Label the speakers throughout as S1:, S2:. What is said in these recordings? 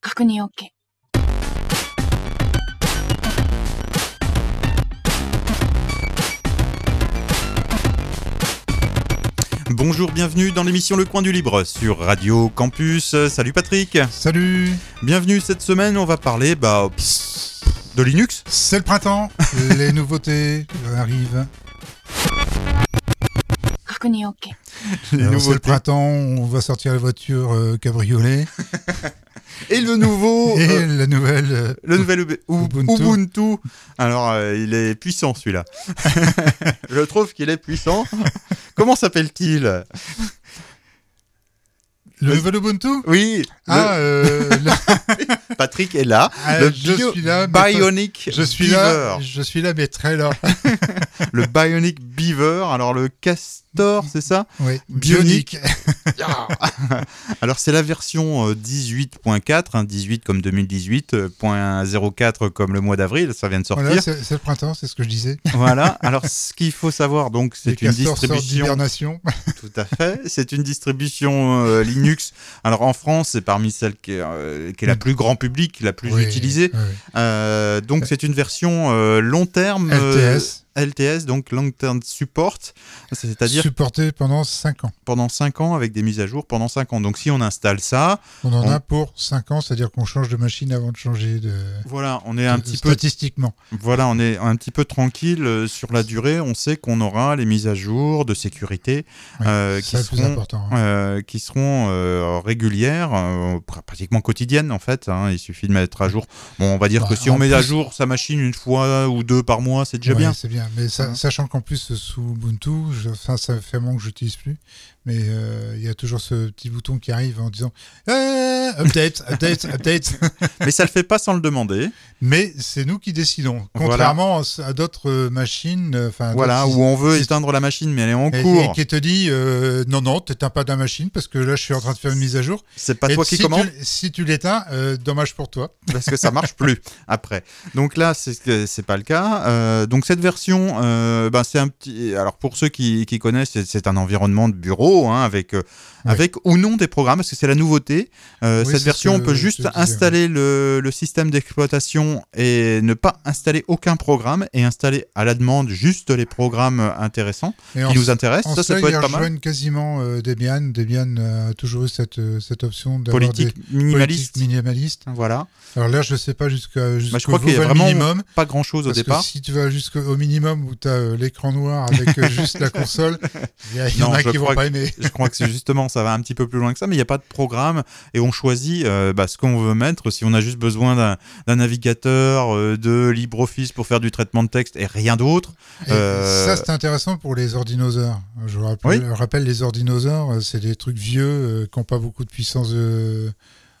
S1: 確認 ＯＫ
S2: Bonjour, bienvenue dans l'émission Le Coin du Libre sur Radio Campus. Salut Patrick.
S3: Salut
S2: Bienvenue cette semaine, on va parler bah, pss, de Linux.
S3: C'est le printemps, les nouveautés arrivent.
S1: 確認 OK
S2: Les
S3: Alors, C'est
S2: nouveautés.
S3: le printemps, on va sortir la voiture euh, cabriolet
S2: Et le nouveau,
S3: et
S2: euh,
S3: la nouvelle. euh,
S2: le nouvel Ub- Ub- Ubuntu.
S3: Ubuntu.
S2: Alors, euh, il est puissant celui-là. Je trouve qu'il est puissant. Comment s'appelle-t-il
S3: le
S2: vas-y.
S3: nouvel Ubuntu
S2: Oui,
S3: Ah, euh, le-
S2: le- Patrick est là.
S3: ah,
S2: le
S3: je
S2: bio-
S3: suis là. mais pas-
S2: Bionic
S3: je suis
S2: Beaver.
S3: là, je suis là, mais très là.
S2: Le Bionic Beaver. Alors, le Castor, c'est ça
S3: Oui.
S2: Bionique. Alors c'est la version euh, 18.4, hein, 18 comme 2018, euh, point 04 comme le mois d'avril, ça vient de sortir.
S3: Voilà, c'est c'est le printemps, c'est ce que je disais.
S2: Voilà. Alors ce qu'il faut savoir donc,
S3: Les
S2: c'est une
S3: castors sortent
S2: distribution,
S3: d'hibernation.
S2: tout à fait, c'est une distribution euh, Linux. Alors en France, c'est parmi celles qui est, euh, qui est la plus grand public, la plus
S3: Mm. Oui,
S2: utilisée.
S3: oui.
S2: Euh, donc c'est une version euh, long terme euh,
S3: LTS,
S2: LTS, donc long term support, c'est-à-dire
S3: supporté pendant 5 ans.
S2: pendant 5 ans avec des mises à jour pendant 5 ans. Donc si on installe ça,
S3: On en
S2: On-
S3: a pour 5 ans, c'est-à-dire qu'on change de machine avant de changer de.
S2: voilà, on est un
S3: de-
S2: petit peu
S3: statistiquement.
S2: Voilà, on est un petit peu tranquille euh, sur la durée. On sait qu'on aura les mises à jour de sécurité
S3: Oui,
S2: euh, qui,
S3: C'est ça le plus
S2: seront,
S3: important. hein.
S2: euh, qui seront euh, régulières, euh, pr- pratiquement quotidiennes en fait. hein. Il suffit de mettre à jour. Bon, on va dire
S3: Bah,
S2: que si
S3: en
S2: on met à
S3: plus-
S2: jour sa machine une fois ou deux par mois, c'est déjà
S3: Ouais,
S2: bien.
S3: C'est bien, mais
S2: Hein.
S3: sa- sachant qu'en plus euh, sous Ubuntu, je- enfin, ça fait un moment que j'utilise plus, mais euh, il y a toujours ce petit bouton qui arrive en disant Euh, update, update, update.
S2: Mais ça le fait pas sans le demander.
S3: Ah, Mais c'est nous qui décidons,
S2: Voilà.
S3: contrairement à- à d'autres euh, machines, euh, enfin,
S2: Voilà,
S3: d'autres
S2: où on veut
S3: c'est-
S2: éteindre la machine, mais elle est en
S3: et, et
S2: cours.
S3: qui te dit euh, non non t'éteins pas ta machine parce que là je suis en train de faire une mise à jour.
S2: C'est pas
S3: Et
S2: toi
S3: si
S2: qui commandes.
S3: tu, Si tu l'éteins, euh, dommage pour toi.
S2: parce que ça marche plus après. Donc là, c'est ce c'est pas le cas. Euh, donc cette version, euh, ben, c'est un petit. Alors pour ceux qui, qui connaissent, c'est- c'est un environnement de bureau hein, avec euh,
S3: Oui.
S2: avec ou non des programmes parce que c'est la nouveauté. Euh,
S3: Oui, c'est
S2: cette
S3: ce
S2: version,
S3: que
S2: on peut
S3: je
S2: juste
S3: te disais,
S2: installer le, le système d'exploitation et ne pas installer aucun programme et installer à la demande juste les programmes intéressants
S3: Et en
S2: qui nous intéressent.
S3: En
S2: Ça,
S3: ça,
S2: ça peut
S3: ils
S2: être pas mal.
S3: rejoignent quasiment euh, Debian. Debian a toujours eu cette, euh, cette option d'avoir
S2: Politique
S3: des
S2: minimaliste.
S3: politiques minimalistes.
S2: Voilà,
S3: Alors là, je ne sais pas jusqu'à jusqu'au
S2: crois qu'il y a
S3: Vauval
S2: vraiment
S3: minimum.
S2: pas grand chose au
S3: Parce que
S2: départ.
S3: si tu vas jusqu'au minimum où tu as l'écran noir avec euh, juste la console, il y, a- il y en
S2: Non,
S3: a
S2: je
S3: qui vont
S2: crois
S3: pas aimer.
S2: Je crois que c'est justement, ça va un petit peu plus loin que ça, mais il n'y a pas de programme et on choisit euh, bah, ce qu'on veut mettre. Si on a juste besoin d'un- d'un navigateur, euh, de LibreOffice pour faire du traitement de texte et rien d'autre.
S3: Et
S2: Euh,
S3: Ça, c'est intéressant pour les ordinosaures. Je vous rappelle, rappelle, les ordinosaures, euh, c'est des trucs vieux euh, qui n'ont pas beaucoup de puissance, de-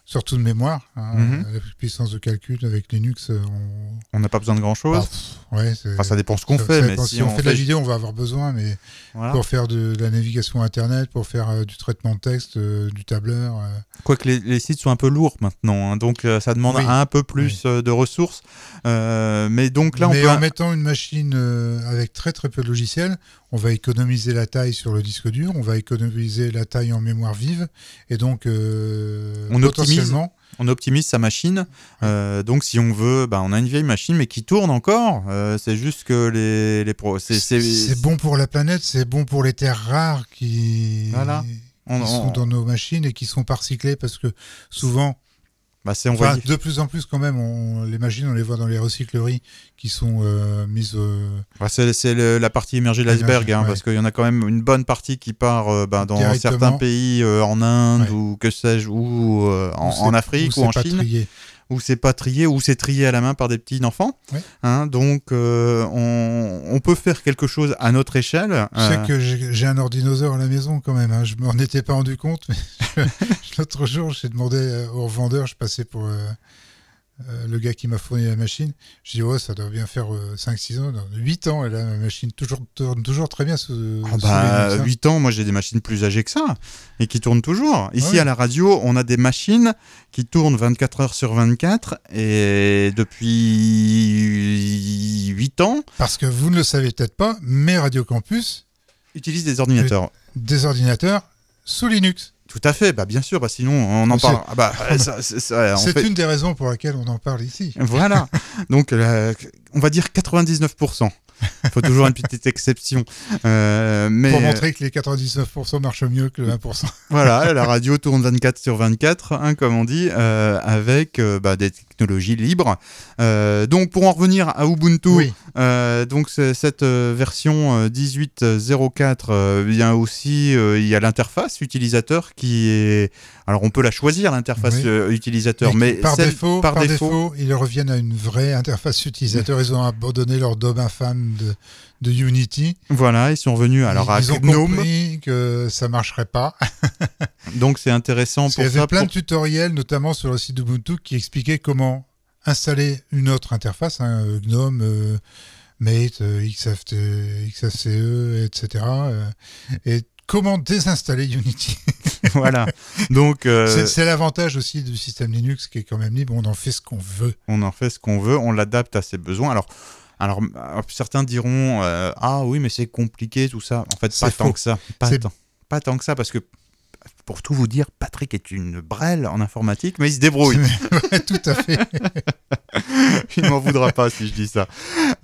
S3: surtout de mémoire. hein.
S2: Mhm.
S3: La puissance de calcul avec Linux, euh, on...
S2: On n'a pas besoin de grand-chose.
S3: Bah, pff, ouais, c'est-
S2: Enfin, ça dépend ce qu'on
S3: Ça-
S2: fait,
S3: ça
S2: mais
S3: dépend.
S2: si,
S3: on, fait de la
S2: fait-
S3: vidéo, on va avoir besoin, mais
S2: voilà.
S3: pour faire de, de la navigation internet, pour faire euh, du traitement de texte, euh, du tableur, euh,
S2: Quoique les, les sites soient un peu lourds maintenant, hein, donc euh, ça demande
S3: Oui.
S2: un peu plus euh, de ressources. Euh, mais donc là, on
S3: mais
S2: peut...
S3: en mettant une machine euh, avec très très peu de logiciels, on va économiser la taille sur le disque dur, on va économiser la taille en mémoire vive, et donc euh,
S2: On optimise.
S3: potentiellement,
S2: on optimise sa machine. Euh, donc, si on veut, bah, on a une vieille machine, mais qui tourne encore. Euh, c'est juste que les, les pros. c'est- c'est-
S3: c'est bon pour la planète, c'est bon pour les terres rares qui,
S2: Voilà. on-
S3: qui
S2: on-
S3: sont dans nos machines et qui sont pas recyclées parce que souvent
S2: bah, c'est envoyé.
S3: Enfin, de plus en plus quand même, on, les machines, on les voit dans les recycleries qui sont euh, mises. euh,
S2: Ouais, c'est c'est le- la partie émergée de l'iceberg,
S3: Émergée,
S2: hein,
S3: ouais.
S2: parce qu'il y en a quand même une bonne partie qui part euh, bah, dans
S3: Directement.
S2: certains pays, euh, en Inde
S3: Ouais.
S2: ou que sais-je, ou euh, en,
S3: où c'est-
S2: en Afrique
S3: où
S2: ou
S3: c'est
S2: en
S3: pas
S2: Chine,
S3: trié.
S2: où c'est pas trié, ou c'est trié à la main par des petits enfants.
S3: Ouais.
S2: Hein, donc euh, on, on peut faire quelque chose à notre échelle.
S3: Je sais
S2: euh,
S3: que j'ai j'ai un ordinateur à la maison quand même. hein, Je m'en étais pas rendu compte, mais je- l'autre jour, j'ai demandé euh, au vendeur, je passais pour euh, euh, le gars qui m'a fourni la machine. Je dis ouais, ça doit bien faire 5-6 ans, 8 ans. Et là, ma machine toujours tourne toujours très bien sous.
S2: Ah
S3: sous
S2: bah,
S3: Linux, hein.
S2: 8 ans, moi j'ai des machines plus âgées que ça et qui tournent toujours. Ici
S3: Ouais.
S2: à la radio, on a des machines qui tournent 24 heures sur 24 et depuis 8 ans,
S3: Parce que vous ne le savez peut-être pas, mais Radio Campus
S2: utilisent des ordinateurs.
S3: des ordinateurs sous Linux.
S2: Tout à fait, bah bien sûr, bah sinon on en
S3: C'est-
S2: parle. Ah bah, euh, ça- ça- ça, on
S3: C'est
S2: fait-
S3: une des raisons pour laquelle on en parle ici.
S2: Voilà. Donc, euh, on va dire 99%. Il faut toujours une petite exception. Euh, mais
S3: Pour montrer que les 99% marchent mieux que le 1%.
S2: voilà, la radio tourne 24 sur 24, hein, comme on dit, euh, avec euh, bah, des technologies libres. Euh, donc, pour en revenir à Ubuntu, euh, donc c'est- cette euh, version euh, 18.04 euh, vient aussi, euh, il y a l'interface utilisateur qui est... Alors, on peut la choisir, l'interface
S3: Oui.
S2: euh, utilisateur, mais,
S3: Mais par,
S2: celle-
S3: défaut, par, défaut, ils reviennent à une vraie interface utilisateur. Ils ont abandonné leur dôme infâme de, de Unity.
S2: Voilà, ils sont revenus alors
S3: ils,
S2: à
S3: ils ont
S2: GNOME.
S3: compris que ça marcherait pas.
S2: Donc c'est intéressant
S3: Il y
S2: pour
S3: avait
S2: ça.
S3: plein
S2: pour-
S3: de tutoriels, notamment sur le site d'Ubuntu, qui expliquaient comment installer une autre interface, hein, euh, GNOME, euh, Mate, euh, XFT, XFCE, etc. euh, et comment désinstaller Unity.
S2: voilà. Donc euh,
S3: C'est- C'est l'avantage aussi du système Linux qui est quand même libre. On en fait ce qu'on veut.
S2: on en fait ce qu'on veut, on l'adapte à ses besoins. Alors, alors euh, certains diront euh, ah oui mais c'est compliqué tout ça. En fait pas
S3: C'est
S2: tant
S3: faux.
S2: que ça. Pas
S3: C'est-
S2: tant, pas tant que ça parce que pour tout vous dire, Patrick est une brêle en informatique, mais il se débrouille.
S3: Ouais, Tout à fait.
S2: il m'en voudra pas si je dis ça.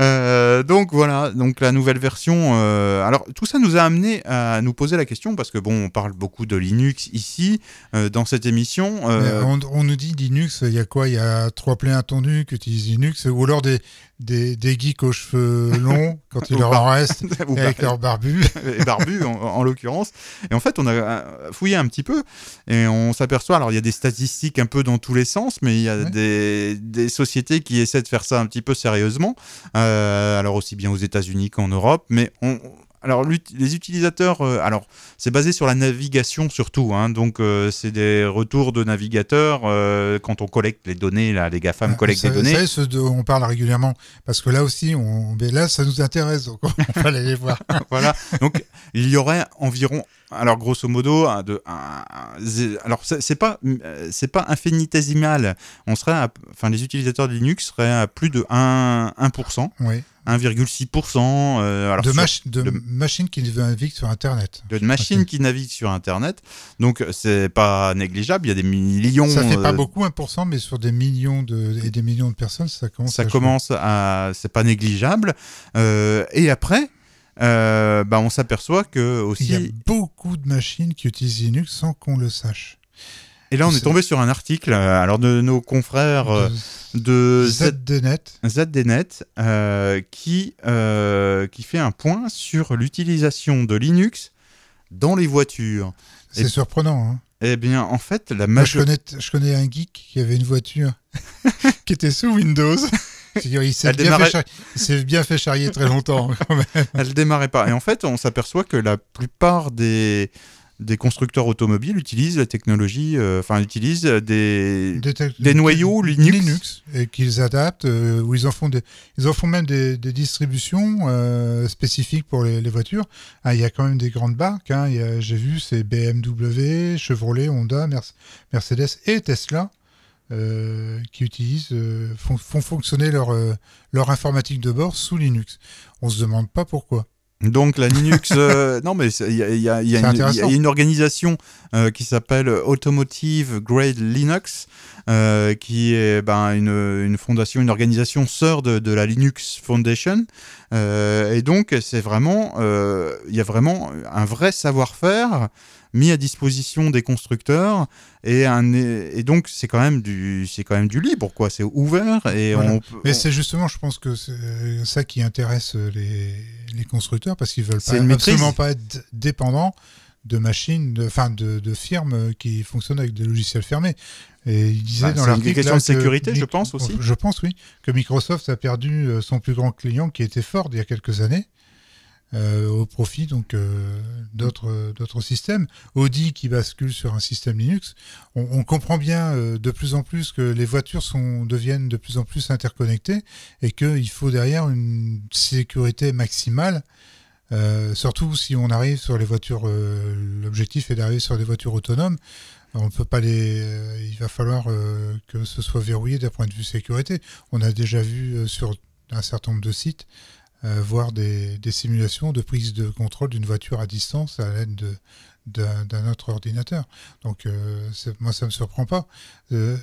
S2: Euh, donc voilà, donc la nouvelle version. euh, alors tout ça nous a amené à nous poser la question parce que bon, on parle beaucoup de Linux ici euh, dans cette émission.
S3: Mais
S2: euh,
S3: On, on nous dit Linux, il y a quoi Il y a trois plaies attendues qui utilisent Linux, ou alors des, des, des geeks aux cheveux longs quand il leur en reste,
S2: ou
S3: et
S2: pas.
S3: avec leur barbu.
S2: et barbu en, en l'occurrence. Et en fait, on a euh, fouillé un petit peu et on s'aperçoit, alors il y a des statistiques un peu dans tous les sens, mais il y a
S3: Ouais.
S2: des, des sociétés qui essaient de faire ça un petit peu sérieusement, Euh, alors aussi bien aux États-Unis qu'en Europe, mais on... Alors, l'ut- les utilisateurs, euh, alors c'est basé sur la navigation surtout, hein, donc euh, c'est des retours de navigateurs euh, quand on collecte les données, là, les GAFAM collectent
S3: Ça-
S2: les données.
S3: Vous savez, ce dont on parle régulièrement, parce que là aussi, on, mais là, ça nous intéresse, donc on va aller les voir.
S2: voilà. Donc, il y aurait environ, alors grosso modo, un de, un- un- zé- alors c'est c'est pas, euh, c'est pas infinitésimal. On serait, à- enfin, les utilisateurs de Linux seraient à plus de 1, 1%,
S3: Oui.
S2: 1,6%. euh, alors
S3: de,
S2: sur-
S3: mach- de
S2: de-
S3: machines qui naviguent sur Internet.
S2: de machines qui naviguent sur Internet. Donc, c'est pas négligeable. Il y a des millions.
S3: ça fait pas
S2: euh,
S3: beaucoup, 1%, mais sur des millions de, et des millions de personnes, hein, ça commence
S2: ça
S3: à jouer.
S2: commence à c'est pas négligeable Euh, et après euh, bah, on s'aperçoit que
S3: Il y a
S2: aussi
S3: beaucoup de machines qui utilisent Linux sans qu'on le sache.
S2: et là on est
S3: c'est-
S2: tombé sur un article euh, alors de nos confrères euh,
S3: De-
S2: de Z-
S3: ZDNet.
S2: ZDNet euh, qui, euh, qui fait un point sur l'utilisation de Linux dans les voitures.
S3: C'est
S2: Et-
S3: surprenant. Hein.
S2: Eh bien, en fait, la
S3: Moi, je,
S2: majorité.
S3: connais, je connais un geek qui avait une voiture qui était sous Windows. C'est-à-dire, Il s'est
S2: Elle
S3: bien,
S2: démarrait-
S3: fait charrier- il s'est bien fait charrier très longtemps. quand même.
S2: Elle démarrait pas. Et en fait, on s'aperçoit que la plupart des, des constructeurs automobiles utilisent la technologie, euh, enfin, utilisent des.
S3: tec-
S2: Des noyaux Linux.
S3: et qu'ils adaptent, euh, ou ils en font des, ils en font même des, des distributions euh, spécifiques pour les, les voitures. Ah, il y a quand même des grandes marques. hein. Il y a- J'ai vu, c'est BMW, Chevrolet, Honda, Merce- Mercedes et Tesla euh, qui utilisent, euh, font, font fonctionner leur euh, leur informatique de bord sous Linux. On se demande pas pourquoi.
S2: Donc, la Linux. euh, non, mais c'est- il y a, il y a- il y a
S3: C'est
S2: une- il y a
S3: intéressant.
S2: une organisation euh, qui s'appelle Automotive Grade Linux. euh, qui est ben, une, une fondation, une organisation sœur de, de la Linux Foundation. Euh, et donc, c'est vraiment, euh, il y a vraiment un vrai savoir-faire mis à disposition des constructeurs et, un, et donc c'est quand même du c'est quand même du libre quoi c'est ouvert et
S3: Voilà.
S2: on peut-
S3: Mais
S2: on-
S3: c'est justement, je pense que c'est euh, ça qui intéresse euh, les, les constructeurs parce qu'ils veulent
S2: C'est une
S3: pas,
S2: maîtrise.
S3: absolument pas être dépendants de machines, de, enfin de, de firmes euh, qui fonctionnent avec des logiciels fermés. Et ils disaient
S2: Bah,
S3: dans
S2: c'est une
S3: l'article
S2: question
S3: là,
S2: de sécurité,
S3: que-
S2: je pense, aussi.
S3: Je pense oui que Microsoft a perdu euh, son plus grand client qui était Ford il y a quelques années. euh, au profit donc euh, d'autres d'autres systèmes Audi qui bascule sur un système Linux on, on comprend bien euh, de plus en plus que les voitures sont, deviennent de plus en plus interconnectées et qu'il faut derrière une sécurité maximale, euh, surtout si on arrive sur les voitures, euh, l'objectif est d'arriver sur des voitures autonomes. On peut pas les, euh, il va falloir euh, que ce soit verrouillé d'un point de vue sécurité. On a déjà vu euh, sur un certain nombre de sites euh, voir des, des simulations de prise de contrôle d'une voiture à distance à l'aide de, d'un d'un autre ordinateur. Donc euh, c'est- moi, ça me surprend pas. Euh,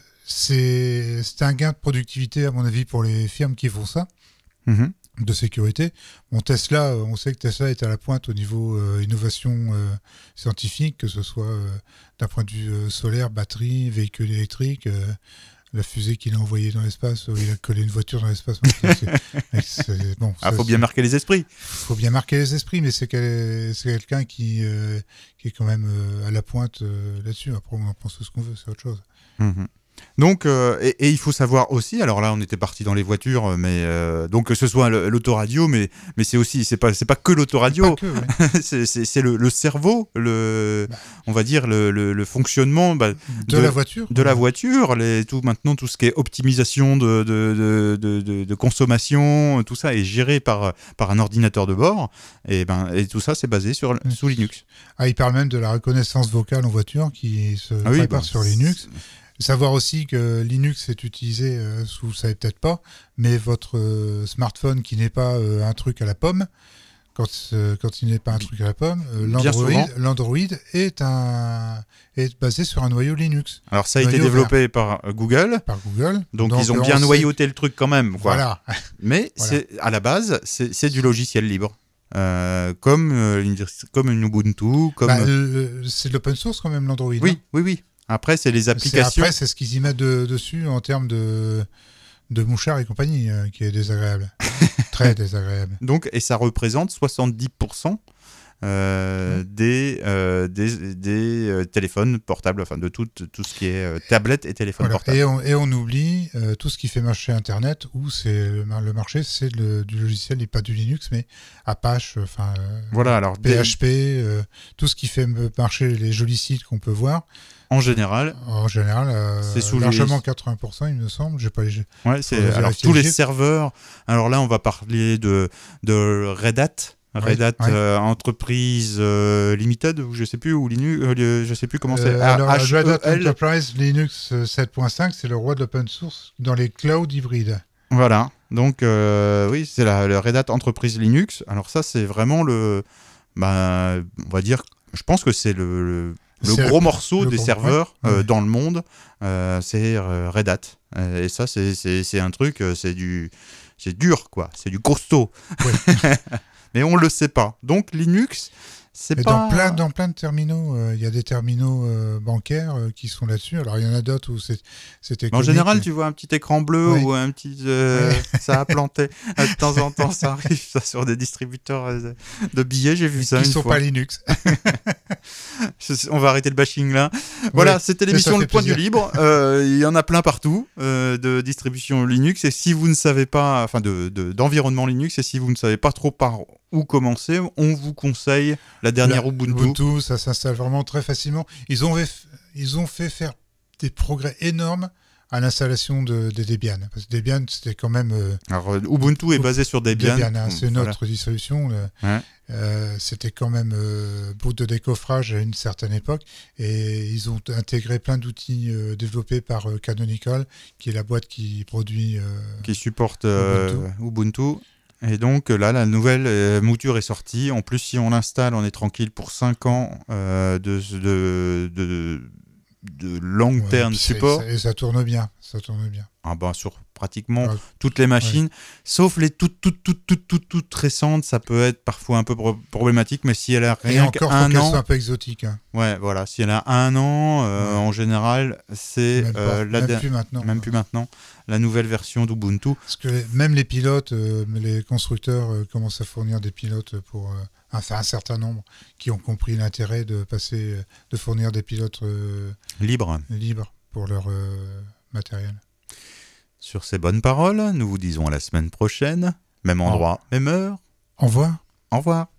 S3: c'est c'est un gain de productivité, à mon avis, pour les firmes qui font ça,
S2: Mhm.
S3: de sécurité. Bon, Tesla, euh, on sait que Tesla est à la pointe au niveau euh, innovation euh, scientifique, que ce soit euh, d'un point de vue euh, solaire, batterie, véhicule électrique. euh, la fusée qu'il a envoyée dans l'espace, où il a collé une voiture dans l'espace. C'est- c'est- bon,
S2: Ah,
S3: ça,
S2: faut bien marquer les esprits.
S3: faut bien marquer les esprits, mais c'est quel- c'est quelqu'un qui, euh, qui est quand même euh, à la pointe euh, là-dessus. Après, on en pense ce qu'on veut, c'est autre chose.
S2: Mhm. Donc, euh, et, et il faut savoir aussi, alors là, on était parti dans les voitures, mais euh, donc que ce soit le- l'autoradio, mais, mais c'est aussi, c'est pas, c'est pas que l'autoradio,
S3: Pas que, ouais.
S2: c'est- c'est c'est le, le cerveau, le,
S3: Bah.
S2: on va dire, le, le- le fonctionnement bah,
S3: de,
S2: De-
S3: la voiture.
S2: de la voiture, les, tout, maintenant tout ce qui est optimisation de, de, de- de- de- de consommation, tout ça est géré par, par un ordinateur de bord, et, ben, et tout ça c'est basé sur,
S3: Oui.
S2: sous Linux.
S3: Ah, il parle même de la reconnaissance vocale en voiture qui se
S2: Ah oui,
S3: prépare
S2: bah,
S3: sur Linux. Savoir aussi que Linux est utilisé, euh, sous- vous ne savez peut-être pas, mais votre euh, smartphone qui n'est pas euh, un truc à la pomme, quand, euh, quand il n'est pas un truc à la pomme, euh,
S2: Bien
S3: l'Android-
S2: souvent.
S3: l'Android est, un, est basé sur un noyau Linux hein.
S2: Alors ça a été
S3: Noyau
S2: développé par euh, Google,
S3: par Google.
S2: donc, ils ont
S3: on
S2: bien
S3: sait-
S2: noyauté le truc quand même. Quoi.
S3: Voilà, Ah,
S2: Mais
S3: Voilà.
S2: c'est à la base, c'est c'est du logiciel libre. Euh, comme, euh, une, comme une Ubuntu, comme... euh,
S3: Bah, le- c'est de l'open source quand même l'Android. hein.
S2: oui, oui, oui. Après, c'est les
S3: C'est-
S2: applications.
S3: Après, c'est ce qu'ils y mettent de- dessus en termes de, de mouchard et compagnie euh, qui est désagréable. Très désagréable.
S2: Donc, et ça représente 70% euh, des, euh, des, des, euh, téléphones portables, enfin de tout, tout ce qui est euh, tablette et téléphone
S3: Voilà.
S2: portable.
S3: Et, on, et on oublie euh, tout ce qui fait marché Internet où c'est le, mar- le marché, c'est le- du logiciel et pas du Linux, mais Apache, enfin euh,
S2: Voilà, alors des-
S3: PHP, euh, tout ce qui fait m- marcher les jolis sites qu'on peut voir.
S2: en général,
S3: En général, euh,
S2: C'est sous le-
S3: largement 80%, il me semble. J'ai pas les-
S2: ouais, c'est
S3: vérifier
S2: alors tous
S3: les
S2: les
S3: chiffres.
S2: serveurs. Alors là, on va parler de, de Red Hat. Red
S3: Ouais,
S2: Hat
S3: ouais.
S2: euh, Enterprise euh, Limited ou je sais plus ou Linux euh, le- je sais plus comment c'est E
S3: Euh,
S2: A-
S3: alors, Red Hat
S2: H-E-L.
S3: Enterprise Linux euh, 7.5, c'est le roi de l'open source dans les clouds hybrides.
S2: Voilà. Donc, euh, oui, c'est la, la Red Hat Entreprise Linux. Alors, ça, c'est vraiment le. bah, on va dire. Je pense que c'est le, le- le
S3: C'est-
S2: gros morceau
S3: le
S2: des
S3: gros-
S2: serveurs euh,
S3: ouais.
S2: dans le monde. euh, c'est euh, Red Hat. Euh, Et ça, c'est- c'est c'est un truc. euh, C'est du. C'est dur, quoi. C'est du costaud. Mais on le sait pas. Donc, Linux, c'est
S3: Mais
S2: pas.
S3: dans, plein, dans plein de terminaux, euh, il y a des terminaux euh, bancaires euh, qui sont là-dessus. Alors, il y en a d'autres où c'est- c'était.
S2: Mais en
S3: comique.
S2: général, tu vois un petit écran bleu
S3: Oui.
S2: ou un petit. euh, Ça a planté. Euh, De temps en temps, ça arrive ça, sur des distributeurs euh, de billets. J'ai vu ça
S3: Qui
S2: une
S3: sont
S2: fois.
S3: pas Linux.
S2: Je- On va arrêter le bashing là. Voilà,
S3: Ouais.
S2: c'était
S3: ça
S2: l'émission
S3: fait
S2: Le Point du
S3: plaisir.
S2: Libre. Euh, Il y en a plein partout euh, de distribution Linux. Et si vous ne savez pas, enfin de- de- d'environnement Linux, et si vous ne savez pas trop par où commencer, on vous conseille la dernière Ubuntu.
S3: Ubuntu, ça s'installe vraiment très facilement. Ils ont, fait- ils ont fait faire des progrès énormes à l'installation de, des Debian. Parce que Debian, c'était quand même. euh,
S2: Alors, euh, Ubuntu est basé sur Debian.
S3: Debian, hein, c'est une
S2: Eh Voilà.
S3: autre distribution. là.
S2: Ouais.
S3: Euh, C'était quand même euh, bout de décoffrage à une certaine époque. Et ils ont intégré plein d'outils euh, développés par euh, Canonical, qui est la boîte qui produit. euh,
S2: qui supporte euh, Ubuntu. Et donc euh, là, la nouvelle euh, mouture est sortie. En plus, si on l'installe, on est tranquille pour 5 ans euh, de, de, de, de long
S3: ouais,
S2: term
S3: puis c'est-
S2: support.
S3: ça- Et ça tourne bien. Ça tourne bien.
S2: Ah ben, sur pratiquement
S3: Ouais.
S2: toutes les machines, sauf les toutes, toutes, toutes, toutes, toutes, toutes récentes, ça peut être parfois un peu pro- problématique, mais si elle a
S3: Et
S2: rien
S3: encore, faut
S2: qu'un
S3: qu'elle
S2: an,
S3: soit un peu exotique. hein.
S2: ouais, voilà, si elle a un an, euh,
S3: Ouais.
S2: en général, c'est
S3: même,
S2: euh,
S3: pas-
S2: la
S3: même
S2: der-
S3: plus maintenant.
S2: même plus maintenant la nouvelle version d'Ubuntu.
S3: Parce que les- même les pilotes, euh, les constructeurs euh, commencent à fournir des pilotes pour euh, un, enfin, un certain nombre qui ont compris l'intérêt de passer, euh, de fournir des pilotes euh,
S2: Libre.
S3: libres pour leur euh, matériel.
S2: Sur ces bonnes paroles, nous vous disons à la semaine prochaine, même endroit, même heure.
S3: Au revoir.
S2: Au revoir.